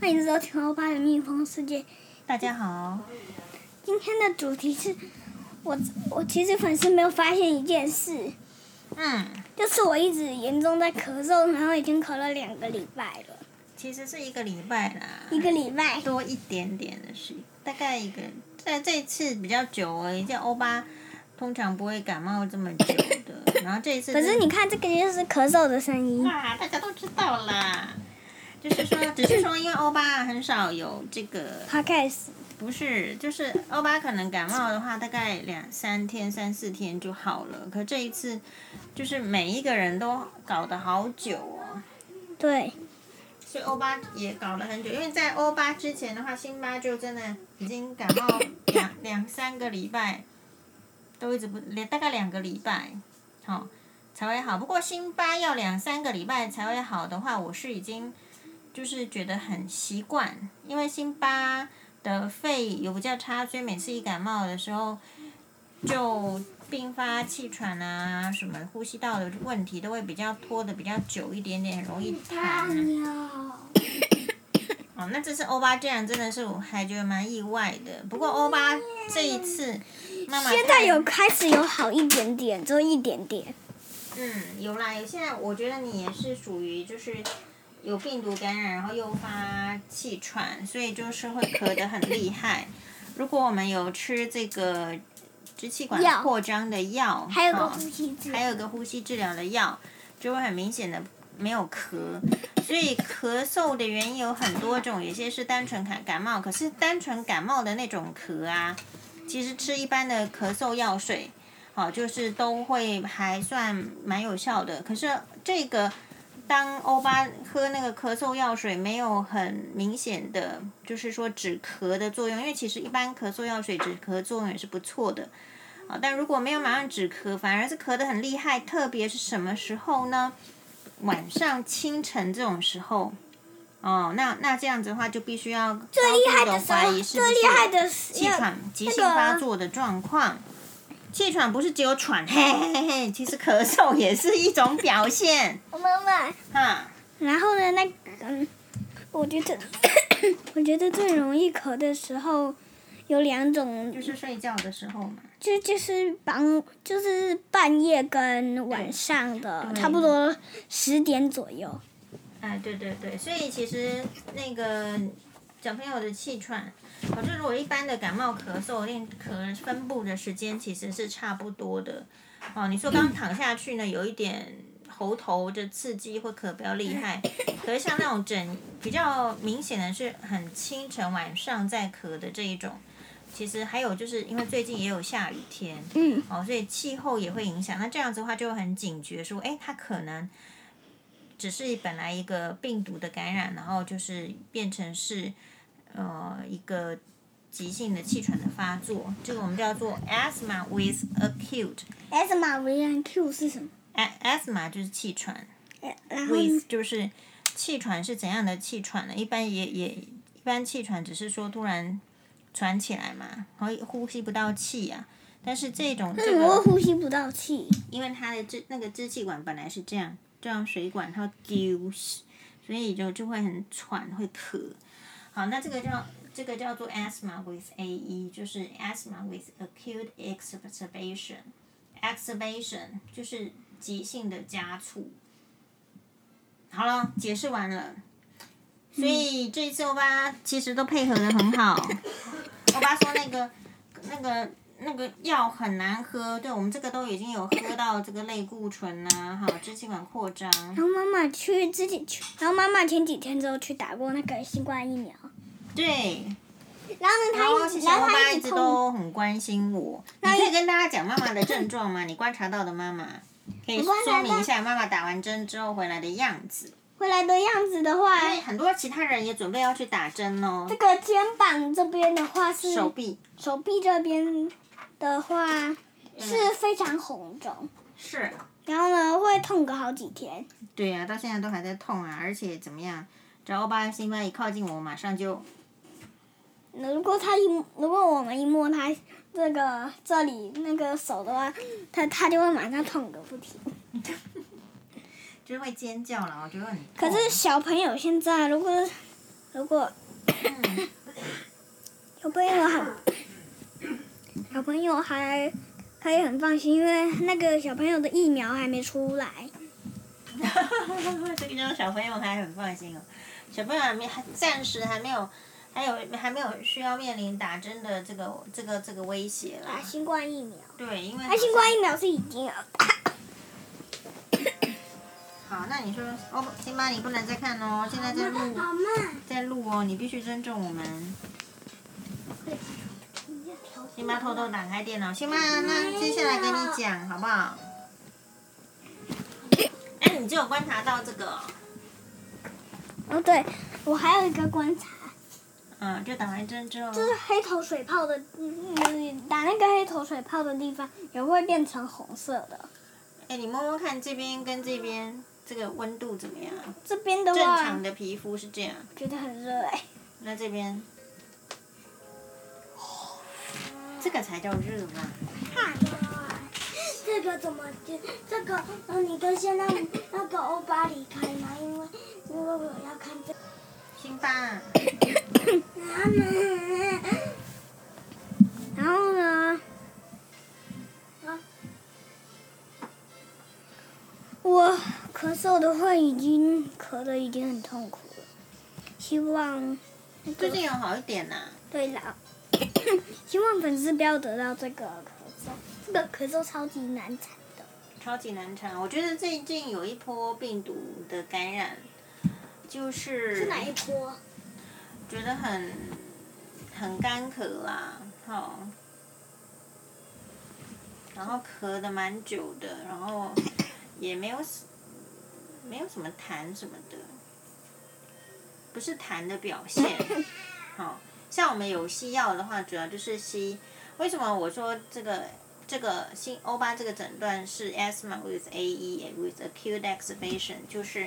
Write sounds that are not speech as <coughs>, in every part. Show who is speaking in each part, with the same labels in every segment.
Speaker 1: 欢迎收听欧巴的蜜蜂世界。
Speaker 2: 大家好，
Speaker 1: 今天的主题是，我我其实粉丝没有发现一件事，
Speaker 2: 嗯，
Speaker 1: 就是我一直严重在咳嗽，然后已经咳了两个礼拜了，
Speaker 2: 其实是一个礼拜啦，
Speaker 1: 一个礼拜。
Speaker 2: 多一点点的事，大概一个，在这一次比较久而已，像欧巴通常不会感冒这么久
Speaker 1: <coughs>
Speaker 2: 的，然后这一次
Speaker 1: 可是你看，这个就是咳嗽的声音。
Speaker 2: 啊，大家都知道啦。就是说，只是说，因为欧巴很少有这个
Speaker 1: Podcast
Speaker 2: 不是，就是欧巴可能感冒的话，大概两三天、三四天就好了。可这一次，就是每一个人都搞得好久哦，
Speaker 1: 对，
Speaker 2: 所以欧巴也搞了很久。因为在欧巴之前的话，辛巴就真的已经感冒两两三个礼拜，都一直不连大概两个礼拜，好、才会好。不过辛巴要两三个礼拜才会好的话，我是已经就是觉得很习惯，因为辛巴。的肺有比较差，所以每次一感冒的时候，就并发气喘啊，什么呼吸道的问题都会比较拖的比较久一点点，很容易痰、啊。哦，那这次欧巴这样真的是我还觉得蛮意外的。不过欧巴这一次，妈妈
Speaker 1: 现在
Speaker 2: 看
Speaker 1: 有开始有好一点点，只有一点点。
Speaker 2: 嗯，有啦，有。现在我觉得你也是属于就是有病毒感染，然后诱发气喘，所以就是会咳得很厉害。如果我们有吃这个支气管
Speaker 1: 药
Speaker 2: 扩张的药，
Speaker 1: 还有个
Speaker 2: 哦
Speaker 1: 呼吸治
Speaker 2: 还有个呼吸治疗的药，就会很明显的没有咳。所以咳嗽的原因有很多种，有些是单纯感感冒，可是单纯感冒的那种咳啊，其实吃一般的咳嗽药水，好、就是都会还算蛮有效的。可是这个。当欧巴喝那个咳嗽药水没有很明显的，就是说止咳的作用，因为其实一般咳嗽药水止咳作用也是不错的，啊，但如果没有马上止咳，反而是咳得很厉害，特别是什么时候呢？晚上、清晨这种时候，哦，那那这样子的话，就必须要最
Speaker 1: 最厉害的时
Speaker 2: 怀
Speaker 1: 候，
Speaker 2: 疑是不
Speaker 1: 最
Speaker 2: 是
Speaker 1: 厉害的
Speaker 2: 气
Speaker 1: 时候
Speaker 2: 喘，急性发作的状况。气喘不是只有喘，嘿嘿嘿嘿，其实咳嗽也是一种表现，
Speaker 1: 我妈妈。
Speaker 2: 哈。
Speaker 1: 然后呢，那个嗯，我觉得 <coughs> 我觉得最容易咳的时候有两种，
Speaker 2: 就是睡觉的时候嘛，
Speaker 1: 就就是傍就是半夜跟晚上的，
Speaker 2: 对
Speaker 1: 差不多十点左右。
Speaker 2: 哎，对对对，所以其实那个小朋友的气喘，可是如果一般的感冒咳嗽，令咳分布的时间其实是差不多的。哦，你说刚躺下去呢，有一点喉头的刺激会咳比较厉害，可是像那种整比较明显的是很清晨晚上在咳的这一种。其实还有就是因为最近也有下雨天，
Speaker 1: 嗯，
Speaker 2: 哦，所以气候也会影响。那这样子的话，就会很警觉，说，哎，它可能只是本来一个病毒的感染，然后就是变成是呃一个急性的气喘的发作，这个我们叫做 asthma with acute。
Speaker 1: S 马 V N Q 是什么？
Speaker 2: a- asthma 就是气喘
Speaker 1: 呃然后呢
Speaker 2: ，with 就是气喘是怎样的气喘呢？一般也也一般气喘只是说突然喘起来嘛，然后呼吸不到气呀、但是这种
Speaker 1: 为
Speaker 2: 这
Speaker 1: 什么
Speaker 2: 个
Speaker 1: 会嗯呼吸不到气？
Speaker 2: 因为它的支那个支气管本来是这样，这样水管它丢，所以就就会很喘，会咳。好，那这个叫这个叫做 asthma with AE，就是 asthma with acute exacerbation。exacerbation 就是急性的加速。好了，解释完了。所以这一次欧巴其实都配合的很好。欧巴说那个那个那个药很难喝，对我们这个都已经有喝到这个类固醇啊，还有支气管扩张。
Speaker 1: 然后妈妈去自己去，然后妈妈前几天之后去打过那个新冠疫苗，
Speaker 2: 对，
Speaker 1: 然后呢，
Speaker 2: 然后
Speaker 1: 她
Speaker 2: 其
Speaker 1: 一
Speaker 2: 实
Speaker 1: 直然
Speaker 2: 啊
Speaker 1: 后
Speaker 2: 我妈
Speaker 1: 她一
Speaker 2: 一直
Speaker 1: 直碰，
Speaker 2: 都很关心我。你可以跟大家讲妈妈的症状吗？你观察到的妈妈，可以
Speaker 1: 我观察
Speaker 2: 说
Speaker 1: 到
Speaker 2: 明一下妈妈打完针之后回来的样子。
Speaker 1: 回来的样子的话
Speaker 2: 因，为很多其他人也准备要去打针哦
Speaker 1: 这，个肩膀这边的话是
Speaker 2: 手臂
Speaker 1: 手臂这边的话是非常红肿，
Speaker 2: 是，
Speaker 1: 然后呢会痛个好几天。
Speaker 2: 对啊呀、到现在都还在痛啊，而且怎么样？只要欧巴辛巴一靠近我，马上就
Speaker 1: 那如果它一如果我们一摸它这个这里那个手的话，它它就会马上痛个不停。
Speaker 2: 就是会尖叫了，我觉得很痛。
Speaker 1: <coughs> 可是小朋友现在如果如果朋友还可以很放心，因为那个小朋友的疫苗还没出来。
Speaker 2: <laughs> 所以让小朋友还很放心哦。小朋友还没，还暂时还没有，还有还没有需要面临打针的这个这个这个威胁
Speaker 1: 打。
Speaker 2: 啦
Speaker 1: 啊新冠疫苗，
Speaker 2: 对，因为
Speaker 1: 那哎啊新冠疫苗是已经有打。
Speaker 2: 好，那你说哦，辛巴，你不能再看哦，现在在录
Speaker 1: 慢，
Speaker 2: 在录哦，你必须尊重我们。辛巴偷偷打开电脑，辛巴，那接下来跟你讲好不好？哎，你就有观察到这个哦、
Speaker 1: 哦，对，我还有一个观察，
Speaker 2: 嗯，就打完针之后，
Speaker 1: 就是黑头水泡的，嗯，嗯打那个黑头水泡的地方也会变成红色的。
Speaker 2: 哎，你摸摸看这边跟这边这个温度怎么样？
Speaker 1: 这边的
Speaker 2: 正
Speaker 1: 话
Speaker 2: 常，的皮肤是这样，
Speaker 1: 觉得很热哎、
Speaker 2: 那这边，这个才叫热嘛。
Speaker 3: 这个怎么就这个？呃，你跟现在那个欧巴离开嘛，因为因为我要看这个。
Speaker 2: 辛巴，
Speaker 3: 妈妈，
Speaker 1: 然后呢？啊我咳嗽的话，已经咳的已经很痛苦了。希望
Speaker 2: 最近有好一点呐、
Speaker 1: 对
Speaker 3: <coughs>
Speaker 1: 了，希望粉丝不要得到这个咳嗽，这个咳嗽超级难缠的。
Speaker 2: 超级难缠。我觉得最近有一波病毒的感染，就是
Speaker 3: 是哪一波？
Speaker 2: 觉得很很干咳啦，好、然后咳的蛮久的，然后也没有什没有什么痰什么的，不是痰的表现，好、像我们有西药的话，主要就是西，为什么我说这个？这个新欧巴这个诊断是 asthma with AE with acute exacerbation，就是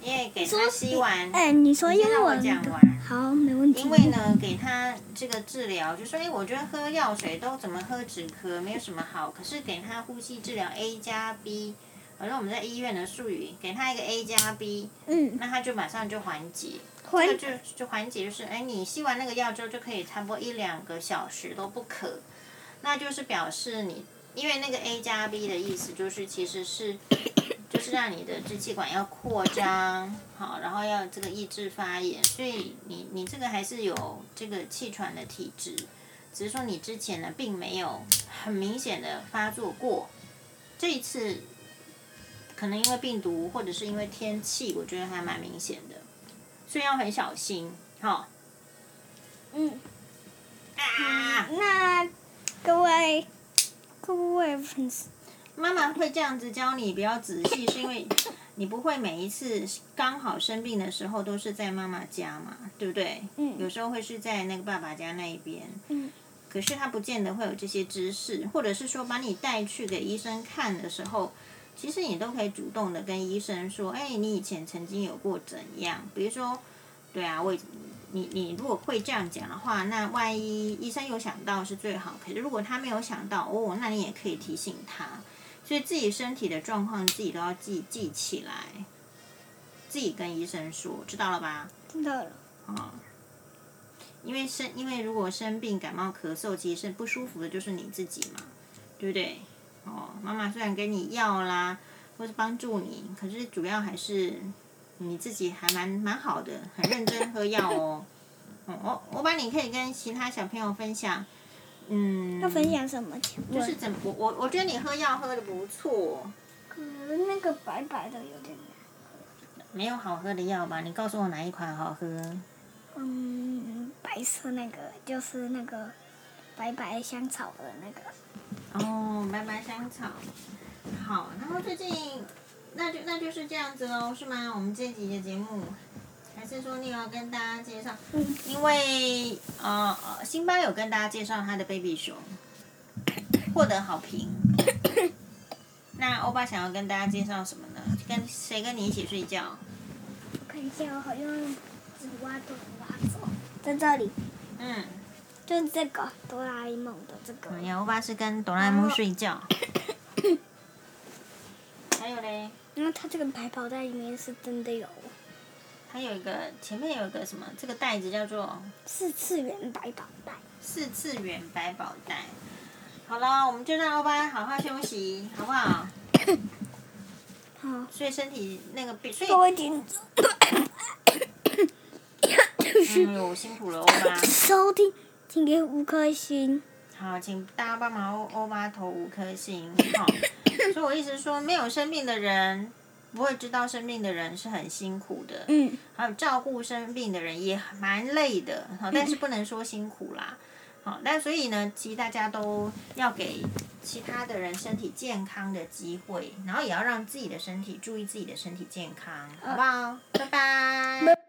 Speaker 2: 因为给他吸完，
Speaker 1: 哎，你说英
Speaker 2: 让我
Speaker 1: 文
Speaker 2: 讲
Speaker 1: 的
Speaker 2: 完。
Speaker 1: 好，没问题。
Speaker 2: 因为呢，给他这个治疗，就说哎，我觉得喝药水都怎么喝止咳没有什么好，可是给他呼吸治疗 A 加 B，反正我们在医院的术语，给他一个 A 加 B，
Speaker 1: 嗯，
Speaker 2: 那他就马上就缓解。
Speaker 1: 缓
Speaker 2: 这个就就缓解，就是哎，你吸完那个药之后就可以差不多一两个小时都不咳，那就是表示你因为那个 A 加 B 的意思就是其实是就是让你的支气管要扩张，好，然后要这个抑制发炎，所以你你这个还是有这个气喘的体质，只是说你之前呢并没有很明显的发作过，这一次。可能因为病毒，或者是因为天气，我觉得还蛮明显的。所以要很小心，哈、
Speaker 1: 嗯，
Speaker 2: 啊，
Speaker 1: 那各位各位粉丝，
Speaker 2: 妈妈会这样子教你，比较仔细，是因为你不会每一次刚好生病的时候都是在妈妈家嘛，对不对？
Speaker 1: 嗯
Speaker 2: 有时候会是在那个爸爸家那一边。
Speaker 1: 嗯。
Speaker 2: 可是他不见得会有这些知识，或者是说把你带去给医生看的时候，其实你都可以主动的跟医生说，哎，你以前曾经有过怎样？比如说，对啊，我以你你如果会这样讲的话，那万一医生有想到是最好，可是如果他没有想到，哦，那你也可以提醒他。所以自己身体的状况自己都要记记起来，自己跟医生说，知道了吧？
Speaker 1: 知道了。
Speaker 2: 哦，因为生，因为如果生病、感冒、咳嗽，其实是不舒服的就是你自己嘛，对不对？哦，妈妈虽然给你药啦，或是帮助你，可是主要还是你自己还蛮蛮好的，很认真喝药哦。哦，我我把你可以跟其他小朋友分享，嗯，
Speaker 1: 要分享什么？请问
Speaker 2: 就是怎我我我觉得你喝药喝的不错，
Speaker 1: 嗯那个白白的有点难。
Speaker 2: 没有好喝的药吧？你告诉我哪一款好喝？
Speaker 1: 嗯，白色那个就是那个白白香草的那个。
Speaker 2: 哦，白白香草。好，然后最近，那就那就是这样子喽，是吗？我们这集的节目，还是说你有要跟大家介绍？因为呃，呃辛巴有跟大家介绍他的 baby 熊，获得好评。那欧巴想要跟大家介绍什么呢？跟谁跟你一起睡觉？
Speaker 1: 我看一下，我好像只挖都挖走。在这里，
Speaker 2: 嗯，
Speaker 1: 就是这个哆啦 A 梦的这个。
Speaker 2: 哎呀，欧巴是跟哆啦 A 梦睡觉。还有嘞，
Speaker 1: 那它这个百宝袋里面是真的有
Speaker 2: 还有一个前面有一个什么？这个袋子叫做
Speaker 1: 四次元百宝袋。
Speaker 2: 四次元百宝袋。好了，我们就让欧巴好好休息，好不好？
Speaker 1: 好，
Speaker 2: 所以身体那个病，所以
Speaker 1: 稍微点，
Speaker 2: 哎呦辛苦了欧巴。
Speaker 1: 收听，请给五颗星。
Speaker 2: 好，请大家帮忙欧欧巴投五颗星。好，所以我意思是说，没有生病的人不会知道生病的人是很辛苦的，
Speaker 1: 嗯，
Speaker 2: 还有照顾生病的人也蛮累的。好，但是不能说辛苦啦。好，那所以呢，其实大家都要给其他的人身体健康的机
Speaker 1: 呃
Speaker 2: 会，然后也要让自己的身体注意自己的身体健康，好不好？拜拜。